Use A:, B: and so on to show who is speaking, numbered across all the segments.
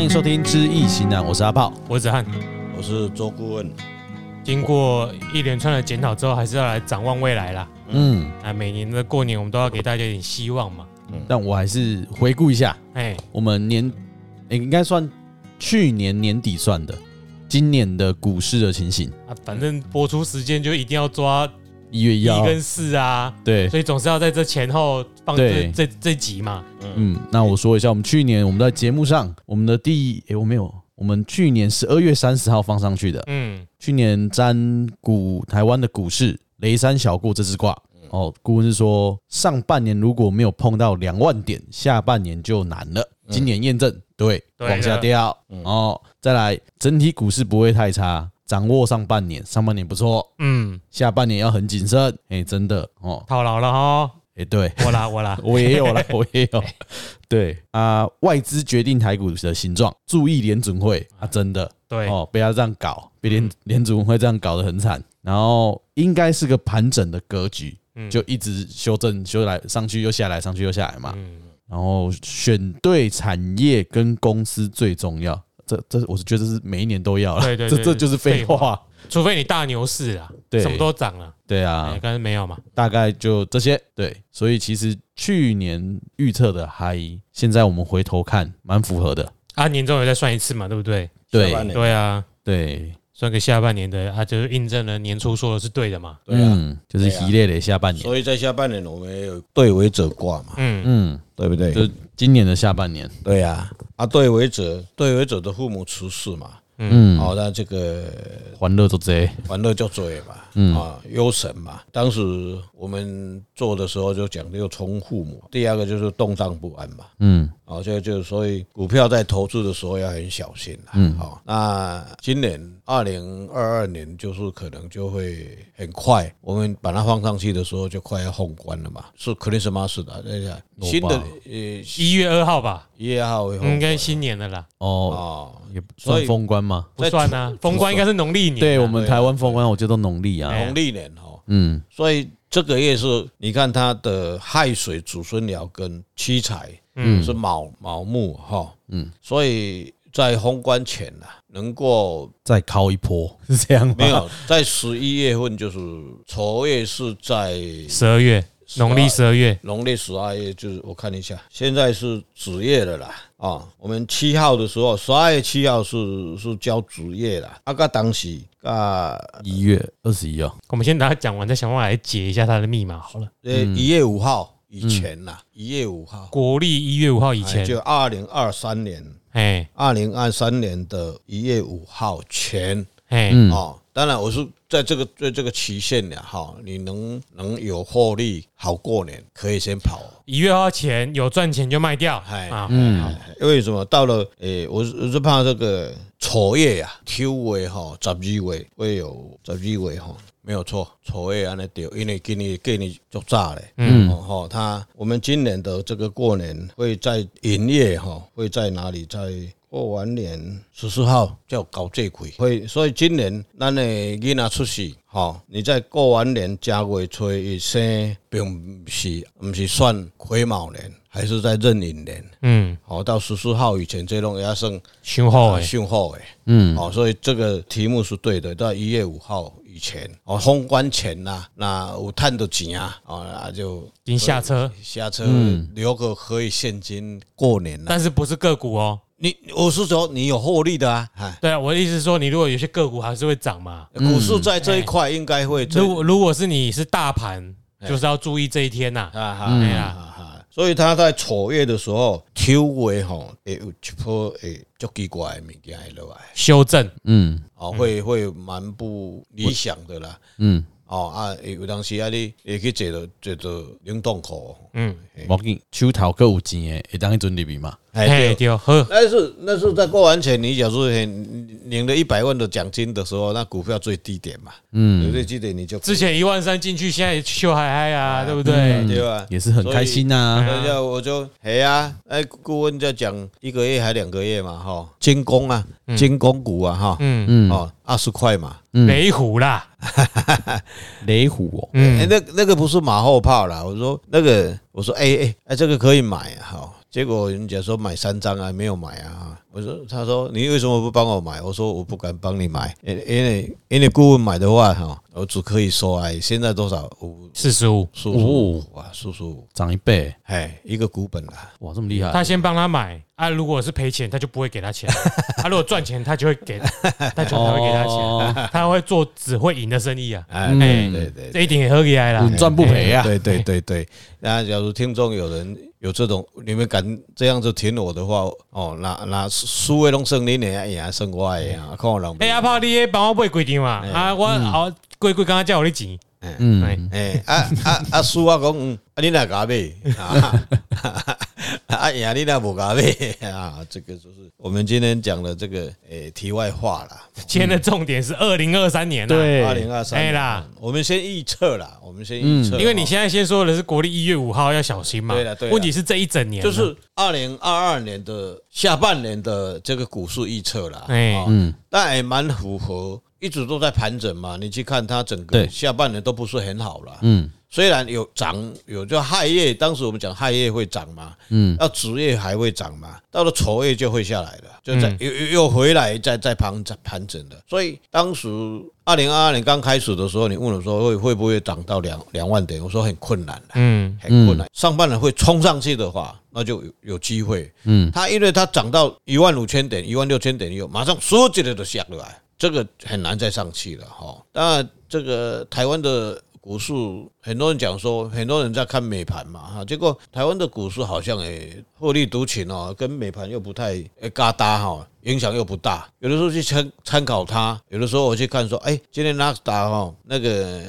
A: 迎收听《知易行难》，我是阿炮。
B: 我是子翰，
C: 我是周顾问，
B: 经过一连串的检讨之后，还是要来展望未来啦。
A: 嗯，
B: 啊，每年的过年我们都要给大家一点希望嘛。
A: 但我还是回顾一下，
B: 哎，
A: 我们年，诶应该算去年年底算的，今年的股市的情形，
B: 啊，反正播出时间就一定要抓
A: 一月
B: 一
A: 一号，
B: 跟四啊，
A: 对，
B: 所以总是要在这前后放
A: 对
B: 这这这集嘛。
A: 嗯，那我说一下，我们去年我们在节目上，我们的第一，诶，我没有，我们去年十二月三十号放上去的，
B: 嗯，
A: 去年占股台湾的股市雷山小过这只卦。哦，顾问是说，上半年如果没有碰到两万点，下半年就难了。今年验证，对，
B: 对
A: 往下掉。哦，再来，整体股市不会太差，掌握上半年，上半年不错，
B: 嗯，
A: 下半年要很谨慎。哎、真的哦，
B: 套牢了哦，
A: 哎、对，，
B: 我啦我啦
A: 我也有啦，我也有。对啊、外资决定台股的形状，注意联准会啊，真的
B: 对，
A: 哦，被他这样搞，被联联准会这样搞得很惨。然后应该是个盘整的格局，
B: 嗯
A: 就一直修正修来上去又下来，上去又下来嘛。
B: 嗯，
A: 然后选对产业跟公司最重要，这这我是觉得这是每一年都要了，
B: 对对对
A: 这这就是废
B: 废
A: 话。
B: 除非你大牛市啦，
A: 对
B: 什么都涨了，
A: 对啊，
B: 哎，刚才没有嘛。
A: 大概就这些。对，所以其实去年预测的还，现在我们回头看，蛮符合的。
B: 啊，年终有再算一次嘛，对不对？
C: 下
A: 对
C: 半年
B: 对啊，
A: 对，
B: 算个下半年的，啊，就是印证了年初说的是对的嘛。
C: 对啊，
A: 嗯，就是系列的下半年，
C: 所以在下半年我们也有对为者卦嘛，
B: 嗯，
A: 嗯，
C: 对不对？
A: 就今年的下半年，
C: 对呀，啊，对为者，对为者的父母出世嘛，
A: 嗯，
C: 哦，那这个
A: 欢乐都贼，
C: 玩乐叫追嘛，
A: 嗯
C: 啊，忧神嘛。当时我们做的时候就讲六冲父母，第二个就是动荡不安嘛，
A: 嗯
C: 哦，就就所以股票在投资的时候要很小心啦。嗯，好、那今年二零二二年就是可能就会很快，我们把它放上去的时候就快要封关了嘛，是 Christmas 的，那个
A: 我
C: 新的
A: 爸
C: 呃
B: 一月二号吧，
C: 一月号会
B: 应
C: 封
B: 该新年的啦，
A: 哦，
C: 哦，
A: 也算封关吗？
B: 不算啊，封关应该是农历年啊。
A: 对我们
C: 对啊
A: 台湾封关，我觉得都农历啊，
B: 哎
C: 农历年哦，
A: 嗯
C: 所以这个月是，你看它的亥水祖孙爻跟七财，嗯，是卯卯木哈，嗯，所以在封关前啊，能够
A: 再敲一波是这样吗？
C: 没有，在十一月份就是丑月是在
B: 十二月，啊农历十二月，
C: 农历十二月，就是我看一下，现在是子月了啦。啊、我们七号的时候，十二月七号是是交子月啦。啊，噶当时啊，
A: 一月二十一哦，
B: 我们先等他讲完，再想办法来解一下他的密码好了。
C: 呃，一月五号以前啦，一、月五号
B: 国历一月五号以前
C: 哎，就二零二三年，
B: 哎
C: 二零二三年的一月五号前，
B: 哎，
A: 嗯
C: 哦，当然我是在这个在这个期限了哈、你能能有获利，好过年可以先跑。
B: 一月二号前有赚钱就卖掉
C: 哎
B: 啊，
C: 嗯，为什么到了诶、我是我是怕这个丑月呀、秋月哈、十二月会有十二月哈，没有错，丑月安尼对，因为今年今年就炸嘞，嗯，哦，吼它我们今年的这个过年会在营业哈，会在哪里在？过完年十四号就搞这鬼，会所以今年咱的囡仔出世，吼、你在过完年正月初一生，并不是不是算癸卯年，还是在壬寅年，
B: 嗯，
C: 好、哦到十四号以前这种也算啊
B: 雄厚哎，
C: 讯号诶，嗯，哦，所以这个题目是对的，到一月五号以前，哦，封关前呐、那有赚到钱啊，哦，那就
B: 已经下车，
C: 下车留个可以现金过年了、
B: 但是不是个股哦？
C: 你我是说你有获利的啊，哎，
B: 对啊，我的意思是说，你如果有些个股还是会涨嘛。
C: 股市在这一块应该会这
B: 如果如果是你是大盘，就是要注意这一天呐。
C: 啊哈。
B: 哎
C: 啊
B: 呀，
C: 哈所以他在丑月的时候，秋月吼，会有一波诶，足奇怪的物件会落来，
B: 修正，
A: 嗯
C: 哦，会会蛮不理想的啦。
A: 嗯，
C: 哦啊，会有当时啊，你会去坐到坐到冷冻库，哦
B: 嗯，
A: 我紧，手头够有钱的，会当一准入去嘛？
B: 哎
C: 哎，对。
B: 对，呵，
C: 但是那是在过完前，你假如很领了一百万的奖金的时候，那股票最低点嘛，嗯，最低点你就
B: 之前一万三进去，现在秀嗨嗨啊，对不对？
C: 对吧？
A: 嗯也是很开心啊呐、
C: 所以嗯就我就哎呀，哎，顾问在讲一个月还两个月嘛，哈，精工啊，
A: 嗯
C: 精工股啊，哈，
B: 嗯
C: 嗯，哦，二十块嘛，
B: 雷虎啦，
A: 雷虎哦，
B: 嗯
C: 哎，那那个不是马后炮啦，我说那个，我说哎哎哎，这个可以买哈、结果人家说买三张啊，没有买啊，我说，他说你为什么不帮我买？我说我不敢帮你买，因因为因为顾问买的话哈，我只可以收哎，现在多少五
B: 四十五，
C: 四十五哇，四十五，
A: 涨一倍，
C: 哎，一个股本啦，
A: 哇，这么厉害！
B: 他先帮他买啊，如果是赔钱，他就不会给他 钱；他如果赚钱，他就会给，他就他会给他
A: 哦
B: 钱，他会做只会赢的生意啊。
C: 哎，
A: 嗯
C: 对对嗯
B: 这一点也合理来了，
A: 稳赚不赔啊！
C: 对对对对，那假如听众有人有这种，你们敢这样子挺我的话，哦，那那输的拢算你的，哎呀，算我的啊，看我人
B: 哎，阿炮，你也帮我买规定嘛？啊，我好贵贵，刚刚叫我的钱，哎
A: 嗯，
C: 哎嗯哎啊啊啊！输我讲，嗯啊你若甲买，啊 啊赢你若无甲买 啊，这个就是我们今天讲的这个诶、题外话啦。
B: 今天的重点是二零二三年啊，
A: 对，
C: 二零二
B: 哎
C: 三，
B: 啦，嗯
C: 我们先预测啦，我们先预测、
B: 因为你
C: 哦
B: 现在先说的是国历一月五号要小心嘛，
C: 对啦对啦
B: 问题是这一整年啊
C: 就是二零二二年的下半年的这个股市预测啦，
B: 哎
C: 哦
A: 嗯，
C: 但也蛮符合，一直都在盘整嘛。你去看它整个
A: 对
C: 下半年都不是很好啦。
A: 嗯
C: 虽然有涨，有叫亥月，当时我们讲亥月会涨嘛，
A: 嗯，
C: 到子月还会涨嘛，到了丑月就会下来了，就
A: 嗯
C: 在又又又回来再再盘盘整的。所以当时二零二二年刚开始的时候，你问我说会会不会涨到两两万点，我说很困难的，
B: 嗯，
C: 很困难。上半年会冲上去的话，那就有有机会。
A: 嗯，
C: 它因为它涨到一万五千点、一万六千点以后，马上所有这类都下来，这个很难再上去了哈。当然，这个台湾的股市，很多人讲说，很多人在看美盘嘛哈，结果台湾的股市好像也鹤立独行哦，跟美盘又不太诶嘎搭哈。影响又不大，有的时候去参参考它，有的时候我去看说，哎、今天纳斯达哈那个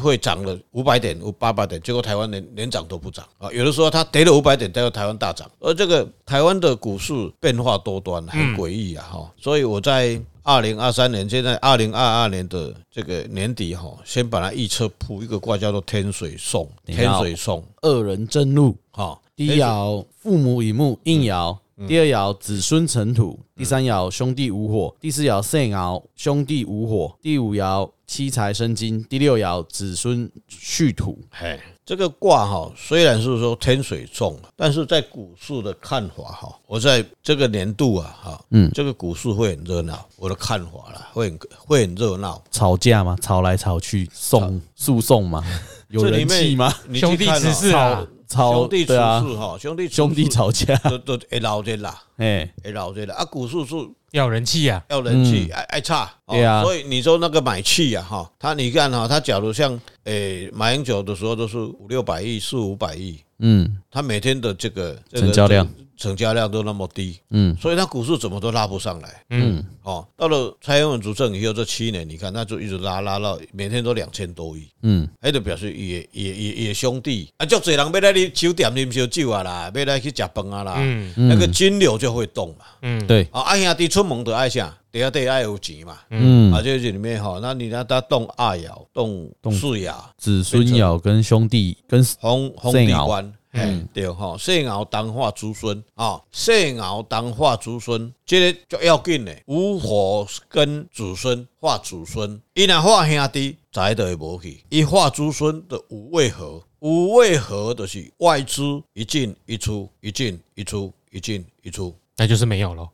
C: 会涨了五百点、五八百点，结果台湾连连涨都不涨啊！有的时候它跌了五百点，但是台湾大涨，而这个台湾的股市变化多端，很诡异啊！哈、所以我在二零二三年，现在二零二二年的这个年底哈，先把它预测铺一个卦叫做天水送，
A: 你
C: 天
A: 要
C: 水送
A: 恶人震怒，
C: 哈，
A: 第一爻父母以木应爻，
C: 嗯
A: 第二爻子孙成土，第三爻兄弟无火，第四爻肾爻兄弟无火，第五爻七财生金，第六爻子孙续土。
C: 嘿，这个卦哈，虽然是说天水重，但是在股市的看法哈，我在这个年度啊哈，嗯，这个股市会很热闹，我的看法啦，会很会很热闹。
A: 吵架嘛，吵来吵去，讼诉讼 嘛，有
C: 这里
A: 人
C: 面
A: 气吗？
C: 你去
B: 兄弟
C: 看
B: 之
C: 哦
B: 事啊，
A: 吵
C: 兄弟出
A: 对啊，
C: 事哈，兄弟出事
A: 兄弟吵 架，
C: 都都会闹热啦，
A: 哎，
C: 会闹热啦。啊，股市是
B: 要有人气啊，
C: 要人气，爱爱差，哦
A: 嗯对啊
C: 所以你说那个买气啊，哈，他你看哈，他假如像诶马英九的时候都是五六百亿、四五百亿，
A: 嗯，
C: 他每天的这个这个
A: 成交量，
C: 成交量都那么低，
A: 嗯，
C: 所以他股市怎么都拉不上来。
B: 嗯，
C: 哦，到了蔡英文执政以后这七年，你看那就一直拉拉到每天都两千多亿，
A: 嗯，
C: 迄就表示也也也也兄弟啊，足侪人要来你酒店啉烧酒啊啦，要来去食饭啊啦，
B: 嗯
C: 那个金流就会动嘛。
B: 嗯，
A: 对，
C: 啊，啊兄弟出门都爱啥，底下底爱有钱嘛。
A: 嗯，
C: 啊，这里面哈，那你让他动二爻、动啊四爻、
A: 子孙爻跟兄弟跟
C: 红红地官，嗯，对吼，姓敖当化子孙啊，姓敖当化子孙，这个足要紧的，无火跟子孙化子孙，伊若化兄弟，财就会无去，伊化子孙的无为合，无为合就是外资一进一出，一进一出，一进一出，
B: 那就是没 有喽。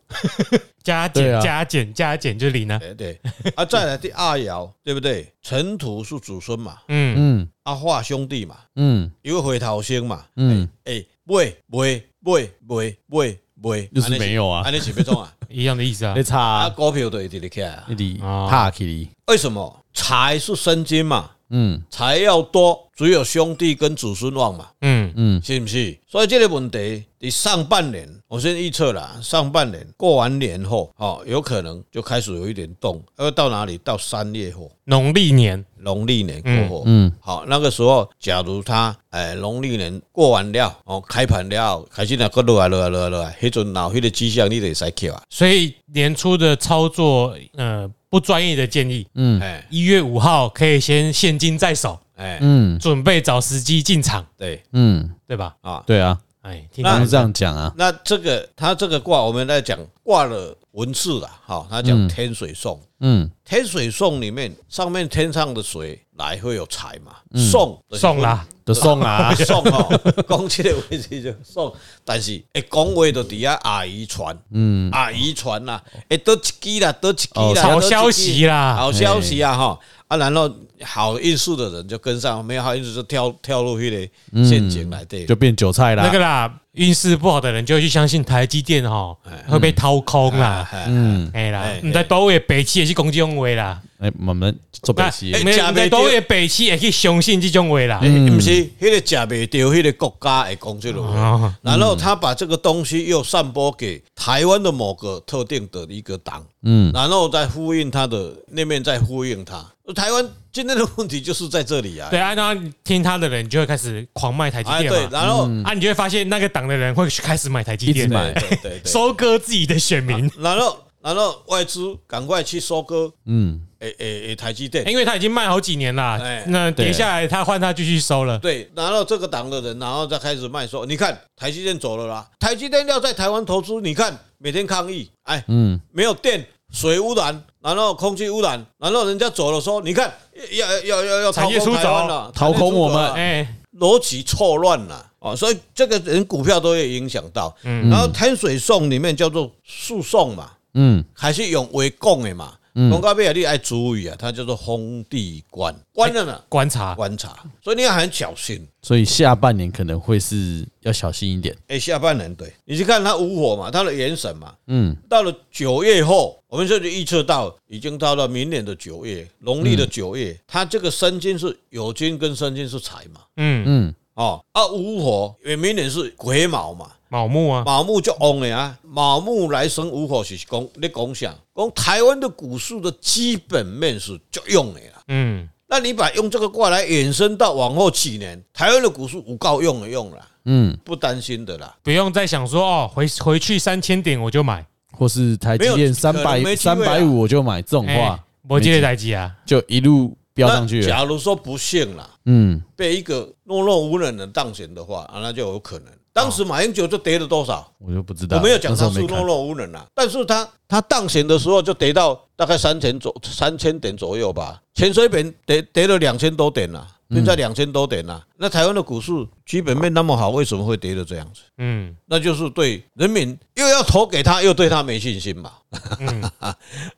B: 加
A: 对
B: 减
A: 啊
B: 加减加减就零了。
C: 对对，啊，再来第二爻，对不对？尘土是子孙嘛，
B: 嗯，
A: 嗯
C: 啊化兄弟嘛，
A: 嗯
C: 因为回头星嘛，
A: 嗯，
C: 诶，哎买买买买买买，
A: 就是没有啊
C: 安尼是要 创啊？
B: 一样的意思啊
A: 那。
C: 啊，
A: 差
C: 股票都一直咧起来啊。
A: 一里
B: 哦
A: 怕起里，
C: 为什么？财是生金嘛，
A: 嗯
C: 财要多，只有兄弟跟子孙旺嘛，
B: 嗯，
A: 嗯
C: 是不是？所以这个问题，你上半年，我先预测啦，上半年过完年后，哦，有可能就开始有一点动，要到哪里？到三月后，
B: 农历年，
C: 农历年过后。
A: 嗯
C: 好，那个时候，假如他诶农历年过完了，哦，开盘了，开始那个落来落来落来落来，迄阵脑迄个迹象，你就会使扣啊。
B: 所以年初的操作，呃，不专业的建议，
A: 嗯
C: 哎
B: 一月五号可以先现金在手，
C: 哎，
A: 嗯
B: 准备找时机进场，
C: 对
A: 嗯，
B: 对吧？
C: 啊，
A: 对啊，
B: 哎，听
A: 他
B: 到
A: 们这样讲啊，
C: 那这个他这个卦，我们在讲卦了文字啦，哈，他讲
A: 嗯
C: 天水送，
A: 嗯，
C: 天水送里面，上面天上的水来会有财嘛？送就是
B: 送啦，
A: 就嗯送 啊
C: 啊，， 送哦，讲这个位置就送，但是会讲话就底下阿姨传，嗯，阿姨传啦，会倒一支啦，倒一支
A: 哦
C: 啦，
B: 好
C: 倒一支
B: 消息啦，
C: 好消息啊哈啊，然后好运数的人就跟上，没有好运数就跳跳入去个陷阱来
B: 嗯
C: 对，
A: 就变韭菜
B: 那
A: 啦
B: 个。啦，运势不好的人就会去相信台积电哈会被掏空啦，
C: 嗯，
B: 哎啦
C: 哎，
B: 唔知多位北企也是讲这种话啦，
A: 哎，我们做北西
C: 哎
B: 唔知唔知多位北企也去相信这种话啦，
C: 不是，迄个食袂到，迄个国家会讲这种
B: 哦，
C: 然后他把这个东西又散播给台湾的某个特定的一个党，
A: 嗯，
C: 然后再呼应他的那面，再呼应他。台湾今天的问题就是在这里啊，
B: 对啊，那听他的人就会开始狂卖台积
C: 哎
B: 电
C: 对，
B: 嘛，
C: 然后
B: 啊，你就会发现那个党的人会开始买台积
A: 一直
B: 电，
A: 买
C: 对对 对，
B: 收割自己的选民，
C: 然后然后外资赶快去收割，
A: 嗯，
C: 诶诶诶，台积电，
B: 因为他已经卖好几年啦
C: 哎，
B: 那跌下来他换他继续收了，
C: 对，然后这个党的人，然后再开始卖说，你看台积电走了啦，台积电要在台湾投资，你看每天抗议，哎，嗯，没有电，水污染，然后空气污染，然后人家走了说，你看要要要要
B: 产
C: 掏
B: 业
C: 空
B: 出
C: 台湾
B: 走
C: 了，
A: 掏
C: 产业
A: 空
C: 出
A: 我
C: 走
A: 们
C: 了
B: 哎，
C: 逻辑错乱了哦，所以这个人股票都会影响到。
B: 嗯
C: 然后天水送里面叫做诉讼嘛，
A: 嗯，
C: 还是用为供的嘛。讲到尾啊，你爱注意啊，它叫做封地关，关了呢，
B: 观察
C: 观察，所以你要很小心。
A: 所以下半年可能会是要小心一点。
C: 哎、下半年对，你去看它无火嘛，它的元神嘛，
A: 嗯，
C: 到了九月后，我们就预测到已经到了明年的九月，农历的九月，它这个申金是酉金跟申金是财嘛，
B: 嗯，
A: 嗯，
C: 哦，啊无火，因为明年是癸卯嘛，
B: 卯木啊，
C: 卯木就旺的啊，卯木来生无火是讲你讲啥？讲台湾的股市的基本面是就用的啦。
B: 嗯，
C: 那你把用这个卦来衍生到往后几年，台湾的股市无够用的用啦，
A: 嗯，
C: 不担心的啦。
B: 不用再想说哦，回回去三千点我就买，
A: 或是台积
C: 没有
A: 电三
C: 可能
A: 百
C: 没机会
A: 三
C: 啊
A: 百五我就买这种
B: 哎
A: 话，，
B: 我记得台积啊，
A: 就一路飙上去
C: 那
A: 了。
C: 假如说不幸啦，
A: 嗯，
C: 被一个懦弱无能的当选的话，啊，那就有可能。当时马英九就跌了多少？
A: 我就不知道，
C: 我没有讲
A: 那时
C: 他
A: 候
C: 是
A: 没
C: 懦
A: 看。
C: 弱无能啦，但是他他当选的时候就跌到大概三千左三千点左右吧，潜水点跌跌了两千多点啦、现
A: 嗯
C: 在两千多点啦、那台湾的股市基本面那么好，为什么会跌的这样子？
B: 嗯
C: 那就是对人民又要投给他，又对他没信心嘛。
B: 嗯，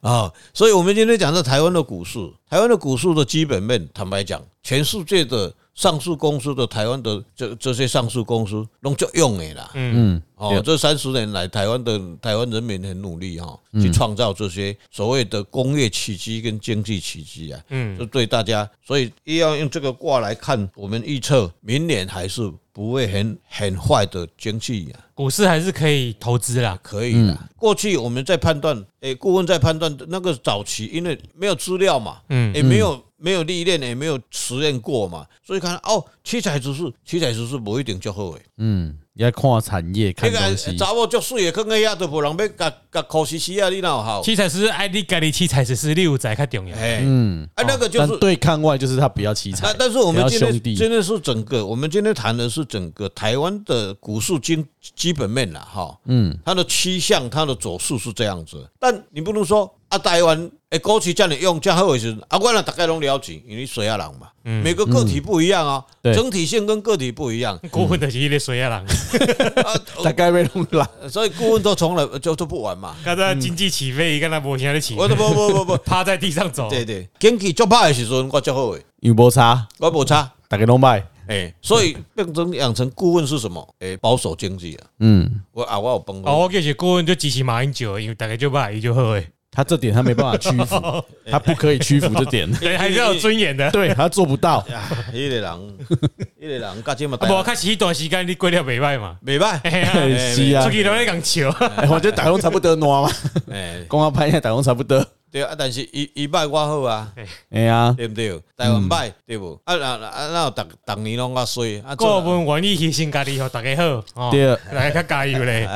C: 啊、所以我们今天讲的台湾的股市，台湾的股市的基本面，坦白讲，全世界的上市公司的台湾的这这些上市公司，拢就用的啦。
A: 嗯，
C: 哦
A: 对，
C: 这三十年来，台湾的台湾人民很努力哈、
B: 嗯
C: 去创造这些所谓的工业奇迹跟经济奇迹啊，
B: 嗯
C: 就对大家，所以也要用这个卦来看，我们预测明年还是不会很很坏的经济啊。
B: 股市还是可以投资啦，
C: 可以
A: 嗯
C: 啦。过去我们在判断，诶、顾问在判断那个早期，因为没有资料嘛，
B: 嗯
C: 也、没有没有历练，也没有实验过嘛，所以看哦，七彩指数，七彩指数不一定较好诶。
A: 嗯，你要看产业看
C: 那
A: 东
C: 个
A: 西，
C: 查某足水诶，囥个遐都无人要甲甲考试死啊，你哪有好？
B: 七彩石爱你家里七彩石是六仔较重要，
C: 哎、
A: 嗯，
C: 啊，那个就
A: 但
C: 是。
A: 对看外就是他不要七彩
C: 但，但是我们
A: 不要
C: 今天
A: 兄弟
C: 今天是整个，我们今天谈的是整个台湾的股市经基本面了哈，
A: 嗯，
C: 它的趋向、它的走势是这样子。但你不能说啊，台湾诶，股市这样用这好的时候，啊，我那大概拢了解，因为水下人嘛，每个个体不一样啊，
A: 嗯对
C: 整体性跟个体不一样
B: 股份就是一个水啊人，
C: 啊，
A: 大概被弄 烂。
C: 所以顾问都从来就都不 玩嘛。
B: 刚才经济起飞，跟他无啥在起
C: 我，都不不不不，
B: 趴在地上走，
C: 嗯对对，经济足歹的时阵，我足好诶，
A: 有波差，
C: 我无差。
A: 大概弄卖。
C: 哎、 所以变成养成顾问是什么？哎、保守经济啊，
A: 嗯，
C: 我啊，我有崩
B: 哦，我就是顾问就支持马英九，因为大家就买伊就好诶，
A: 他这点他没办法屈 服，他不可以屈服这点，
B: 人还是要有尊严的。
A: 对他做不 到。
B: 哎
C: 呀，迄个人，迄个人，甲即嘛，
B: 啊，无开始一段时间你过了袂歹嘛，
C: 袂歹，
B: 嘿啊
A: 嘿 是啊
B: 出，去都咧讲笑，
A: 哎我觉得打工差不多 暖嘛，
C: 哎，
A: 公安拍一下打工差不多。
C: 对啊，但是伊伊歹我好啊，
A: 哎呀，
C: 对毋对？台湾歹对无？啊啊啊，那逐逐年拢我衰啊，
B: 顾
C: 做
B: 问愿意牺牲家己，互大家好，哦
A: 第二，
B: 大家加油咧。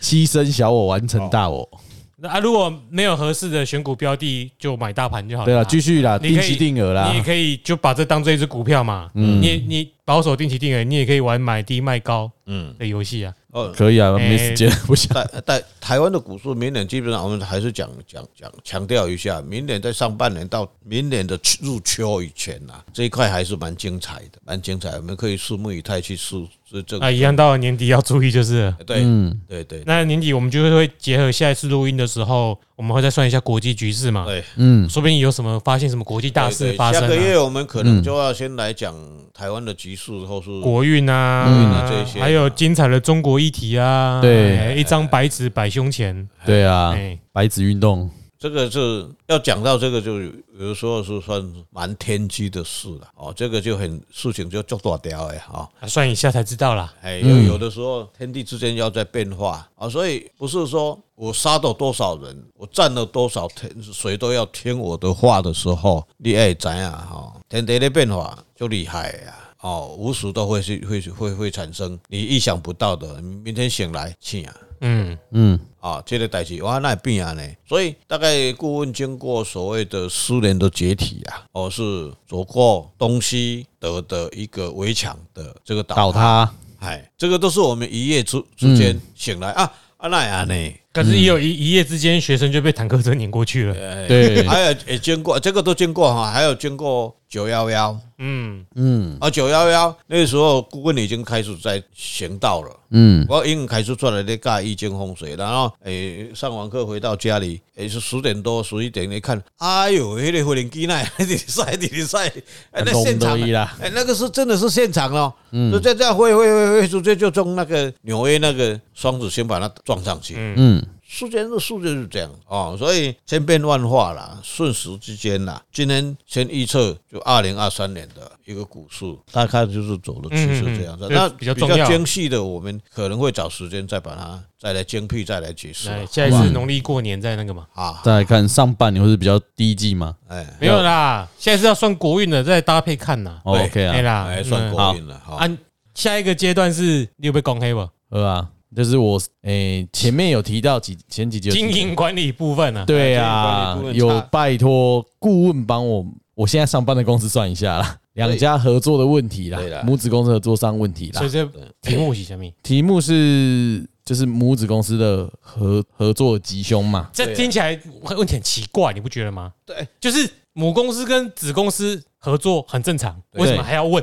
A: 牺牲小我完成大我。
B: 那啊，如果没有合适的选股标的，就买大盘就好了。
A: 对了，继续啦，
B: 你
A: 定
B: 可以
A: 期定额啦
B: 你也。可以就把这当做一只股票嘛。你你保守定期定额，你也可以玩买低卖高
C: 嗯，
B: 的游戏啊。
C: 哦，
A: 可以啊，
B: 哎
A: 没时间，不想。
C: 在在台湾的股市，明年基本上我们还是讲讲讲强调一下，明年在上半年到明年的入秋以前呐、啊，这一块还是蛮精彩的，蛮精彩的，我们可以拭目以待去试这这
B: 啊，
C: 个。
B: 一样到了年底要注意就是了。
C: 对
A: 嗯，
C: 对对
B: 那年底我们就会结合下一次录音的时候，我们会再算一下国际局势嘛，
C: 对，
A: 嗯，
B: 说不定有什么发现什么国际大
C: 对
B: 事
C: 对
B: 发生、
C: 下个
B: 啊，
C: 月我们可能就要先来讲台湾的局势，或是
B: 国运啊，
A: 嗯国运
C: 啊这些
B: 还有精彩的中国议题啊，
A: 对
B: 哎一张白纸摆胸前，
A: 对啊，
B: 哎，
A: 白纸运动，
C: 这个是要讲到这个，就有的时候是算蛮天机的事了哦。这个就很事情就做大条的哈。
B: 啊算一下才知道啦。
C: 哎，有有的时候天地之间要在变化啊，所以不是说我杀了多少人，我占了多少天，谁都要听我的话的时候，你爱怎样哈？哦天地的变化就厉害呀、哦，无数都会去会会会产生你意想不到的。明天醒来，去啊！
B: 嗯，
A: 嗯，
C: 啊，这个代志哇，那变啊呢？所以大概顾问经过所谓的苏联的解体啊，哦，是走过东西德的一个围墙的这个倒
A: 倒
C: 塌，
A: 塌，
C: 哎，这个都是我们一夜之之间醒来、啊啊那样呢？
B: 可是也有一一夜之间，学生就被坦克车碾过去了。
C: 哎
A: 嗯对啊
C: 还有也经过这个都经过哈，还有经过九幺幺
B: 嗯，
A: 嗯
C: 啊，九幺幺那时候顾问已经开始在行道了。
A: 嗯，
C: 我已经开始出来咧教易经风水，然后诶、上完课回到家里，诶、是十点多十一点，一看，哎呦，迄、个火灵机奈， 一直晒一直晒，哎、那现场
A: 很容易啦嗯
C: 哎、那个是真的是现场哦，就在这样会会会会，直接就从那个纽约那个双子星把它撞上去，
A: 嗯，
C: 世间的数就是这样哦，所以千变万化啦，瞬时之间啦。今天先预测就二零二三年的一个股市，大概就是走的趋势这样
B: 嗯
C: 子。
B: 嗯嗯
C: 那
B: 这比较
C: 比
B: 重
C: 较
B: 要
C: 精细的，我们可能会找时间再把它再来精辟，再来解
A: 啊
C: 释
B: 来，下一次农历过年再那个嘛。
C: 啊。
A: 再来看上半年会是比较低季嘛
C: 哎，
B: 没有啦，下一次要算国运的，再搭配看呐。
A: 哦
C: 对
A: ？OK
B: 哎
A: 啊，
B: 啦，
C: 哎，
B: 嗯
C: 算过瘾了哈。
B: 啊，下一个阶段是你有被公黑不？
A: 呃啊，就是我诶前面有提到几前几集有提
B: 经营管理部分啊，
A: 对啊
C: 经营管理部，分
A: 有
C: 差
A: 拜托顾问帮我，我现在上班的公司算一下啦，两家合作的问题啦
C: 对啦，
A: 母子公司合作上问题啦
B: 所以。这题目是什么？
A: 题目是就是母子公司的合合作吉凶嘛？
B: 这听起来问题很奇怪，你不觉得吗？
C: 对，
B: 就是母公司跟子公司合作很正常，
A: 对
B: 为什么还要问？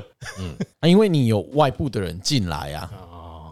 A: 啊，因为你有外部的人进来啊，
C: 嗯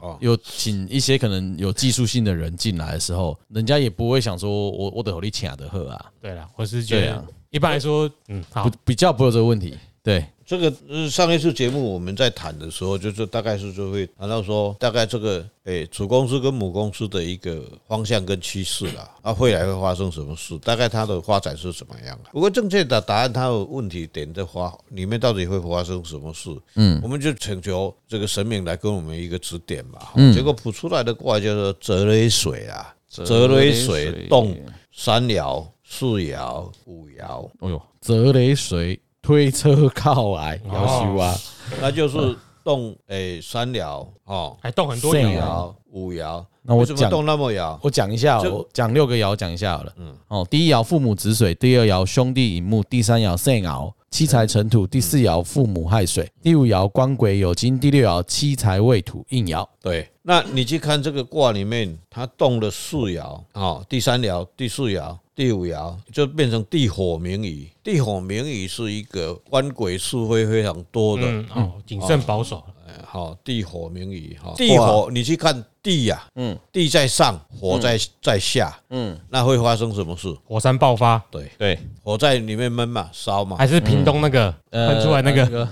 B: 哦，
A: 有请一些可能有技术性的人进来的时候，人家也不会想说我我得和你请的喝啊，
B: 对了，我是觉
A: 对
B: 得
A: 啊
B: 一般来说，嗯，好
A: 不，比较不会有这个问题。对，
C: 这个呃上一次节目我们在谈的时候，就是大概是就会谈到说，大概这个诶、子公司跟母公司的一个方向跟趋势啦，啊未来会发生什么事，大概它的发展是怎么样啊不过正确的答案它有问题点在发里面到底会发生什么事，嗯，我们就请求这个神明来跟我们一个指点嘛。结果谱出来的卦叫做泽雷水啊，泽雷水动三爻、四爻、五爻，
A: 哎呦，泽雷水推车靠来要修啊，
C: 那就是动诶、三爻哦。
B: 还动很多
A: 是
C: 四
A: 啊
B: 年，
C: 爻、五爻，
A: 那我
C: 为什么
A: 讲
C: 动那么爻？
A: 我讲一下，
C: 这
A: 我讲六个爻，讲一下好了。嗯，哦，第一爻父母止水，第二爻兄弟引木，第三爻肾爻七财成土，第四爻父母亥水，第五爻官鬼有金，第六爻七财未土应爻。
C: 对，那你去看这个卦里面，它动了四爻啊，第三爻、第四爻、第五爻，就变成地火明夷。地火明夷是一个官鬼是非非常多的，
B: 嗯，哦，谨慎保守，
C: 哎好、地火明夷哈。
A: 地
C: 地
A: 火
C: 火，你去看地呀、嗯，地在上，火在在下，嗯，那会发生什么事？
B: 火山爆发
C: 对，
A: 对，
C: 火在里面闷嘛，烧
A: 哦
C: 嘛，
B: 还是屏东那个
A: 嗯
B: 喷呃出来那个，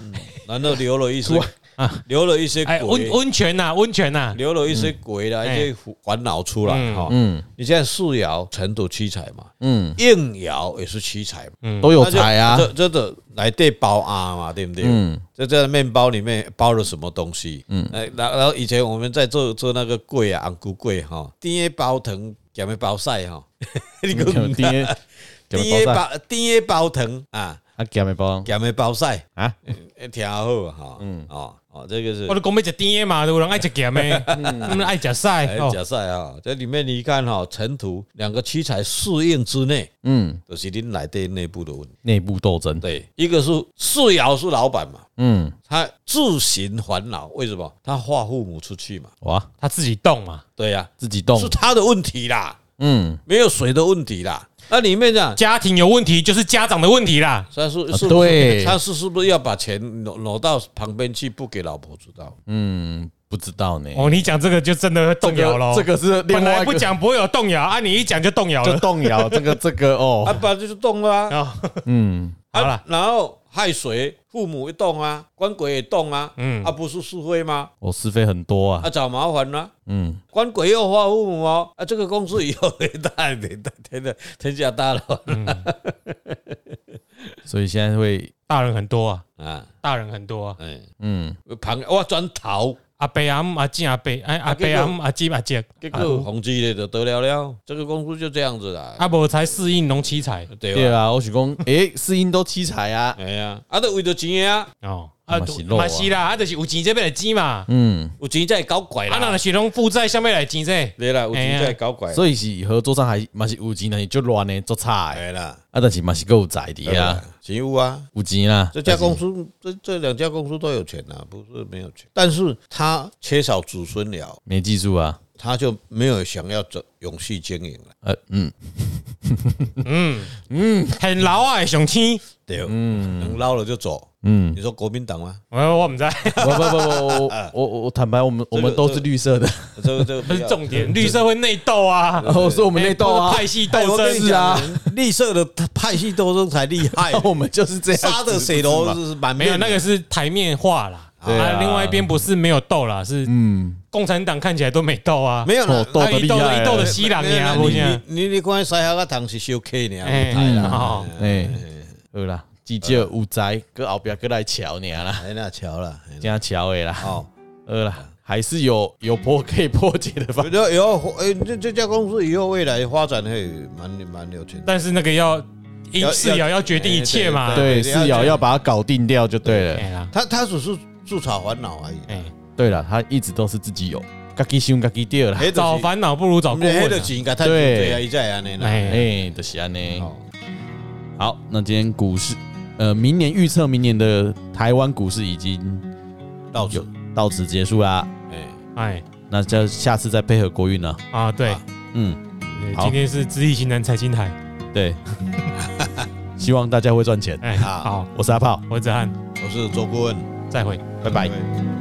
C: 难道流了一些流了一
A: 呃
C: 些
B: 哎，
C: 鬼
B: 温？温泉呐，温泉呐，
C: 留了一些鬼来
B: 哎
C: 一些烦恼出来
B: 嗯
C: 哈。
A: 嗯
C: 你现在四爻辰土七彩嘛，
A: 嗯，
C: 应爻也是七彩嘛，
A: 都有
C: 那就
A: 财啊。
C: 这这的来对包啊嘛，对不对？
A: 嗯，
C: 就在面包里面包了什么东西？嗯，然后然后以前我们在做做那个柜啊，昂菇柜哈，第一包糖，咸的包晒哈，你
A: 你 可能
C: 讲
A: 嗯第一，
C: 第一包第一包糖啊，
A: 啊，咸的包
C: 咸的包菜
A: 啊，
C: 诶，听好哈，嗯，哦哦，这个是
B: 我都讲要食甜的
A: 嗯
B: 嘛，有人爱食 咸的，嗯他们爱食屎
C: 哎
B: 哦，
C: 假赛哈，这里面你看哈，尘土两个七彩适应之内，
A: 嗯，
C: 就是恁内地内部的问题。
A: 内部斗争，
C: 对，一个是世尧是老板嘛，
A: 嗯，
C: 他自行烦恼，为什么？他化父母出去嘛，
A: 哇，
B: 他自己动嘛，
C: 对呀、
A: 自己动
C: 是，他的问题啦，
A: 嗯，
C: 没有水的问题啦。那里面讲，
B: 家庭有问题就是家长的问题啦。
C: 他是
A: 啊
C: 是不
A: 对
C: 是他是是不是要把钱挪挪到旁边去，不给老婆知道？
A: 嗯不知道呢，
B: 哦，你讲这个就真的动摇了。
A: 嗯这个是另
B: 本
A: 外
B: 来
A: 一
B: 不
A: 个
B: 讲不会有动摇啊，你一讲就动摇
A: 就
B: 了。
A: 动摇，这个这个
C: 啊，
A: 哦，
C: 不然就是动了啊，
B: 啊，
A: 嗯，
B: 好
C: 啊
B: 了，
C: 然后害水，父母一动啊，官鬼也动啊，嗯，啊，不是是非吗？
A: 我是非很多啊
C: 啊，，找麻烦啦、
A: 嗯，
C: 官鬼又化父母哦，啊，这个公司以后也大天大天的天下大乱
A: 所以现在会，
B: 大人很多啊，
C: 啊，
B: 大人很多啊，
C: 哎，
A: 嗯，
C: 旁我转头，
B: 阿伯阿姆阿进阿伯，哎阿伯阿姆阿进阿姐，
C: 结果宏基的就得了了，这个公司就这样子啦，
B: 阿伯才适应农七彩
C: 对
A: 对
C: 吧？
A: 啊，我许公，诶，四英都七彩 啊，
C: 哎呀，啊，都为着钱的啊，
B: 哦，
A: 嘛是肉啊
B: 嘛是啦，啊就是有钱这边来钱嘛，
A: 嗯，
C: 有钱才会搞怪
B: 啊那
C: 啦
B: 若，是拢负债下面来钱这，
C: 对啦，有钱才会搞怪，
A: 所以是合作上还嘛是有钱，但是就乱呢，做差的，
C: 哎啦，
A: 啊，但是嘛是够在的
C: 对啦
A: 啊，，
C: 钱有啊。
A: 有钱啦，
C: 这家公司，这这两家公司都有钱啊，不是没有钱，但是他缺少子孙了，
A: 没技术啊，
C: 他就没有想要走永续经营了，
A: 呃，嗯，
B: 很老啊的上天，
C: 对，嗯，能捞了就走，
A: 嗯，
C: 你说国民党吗？
B: 我我唔知道，
A: 不不不不，我我我我坦白，我们我们都是绿色的，
C: 这个这个不
B: 这
C: 要
B: 是重点，绿社会内斗啊，
A: 然后说我们内斗啊
B: 哎，派系斗
C: 哎我跟你
B: 争
A: 是
C: 讲
A: 啊，，
C: 绿色的派系斗争才厉害
A: 我们就是这样子，
C: 杀的水都是满
B: 没有
C: 面的
B: 那个是台面化啦，
A: 对啊
B: 啊，另外一边不是没有斗啦，是
A: 嗯，
B: 共产党看起来都没斗啊，
C: 没有
A: 哦
C: 了，
A: 斗
B: 啊
A: 的
B: 一
A: 厉
B: 斗
A: 害
B: 一斗的
A: 了，
B: 西人啊呀，
C: 你
B: 无啥，
C: 你你你看西下个糖是小 K 呢，
B: 哎
C: 哎
A: 啦
B: 哦
A: 哎，好啦，至少有在，搁后壁搁来瞧你啦，
C: 哎那巧了，哎
A: 这样瞧的啦，
C: 哦，
A: 好啦，还是有有破可以破解的方
C: 我，觉得以后哎这这家公司以后未来发展会蛮蛮有钱的，
B: 但是那个要因
C: 要
B: 四瑶要决定一切嘛，
C: 对
A: 对，是要要把它搞定掉就对了。
B: 哎啦，
C: 他他只是自找烦恼而已，
B: 哎，
A: 对了，他一直都是自己有，自己想自己掉啦，
C: 哎
B: 找烦恼不如找顾
C: 那
B: 问
C: 的
B: 啊，
C: 钱给他对啊，一再安尼啦，
B: 哎，
A: 哎，就是安尼。
C: 哦，
A: 好，那今天股市，呃，明年预测明年的台湾股市已经
C: 到
A: 有
C: 此，
A: 到此结束啦。
C: 哎，
B: 哎，
A: 那就下次再配合国运了。
B: 啊，对
C: 啊，
A: 嗯，
B: 对
A: 好
B: 今天是知易行难财经台，
A: 对，希望大家会赚钱。
B: 哎，
C: 好
B: 好，
A: 我是阿炮，
B: 我是子涵，
C: 我是周顾问，
B: 再会。
A: 拜拜。
C: 拜。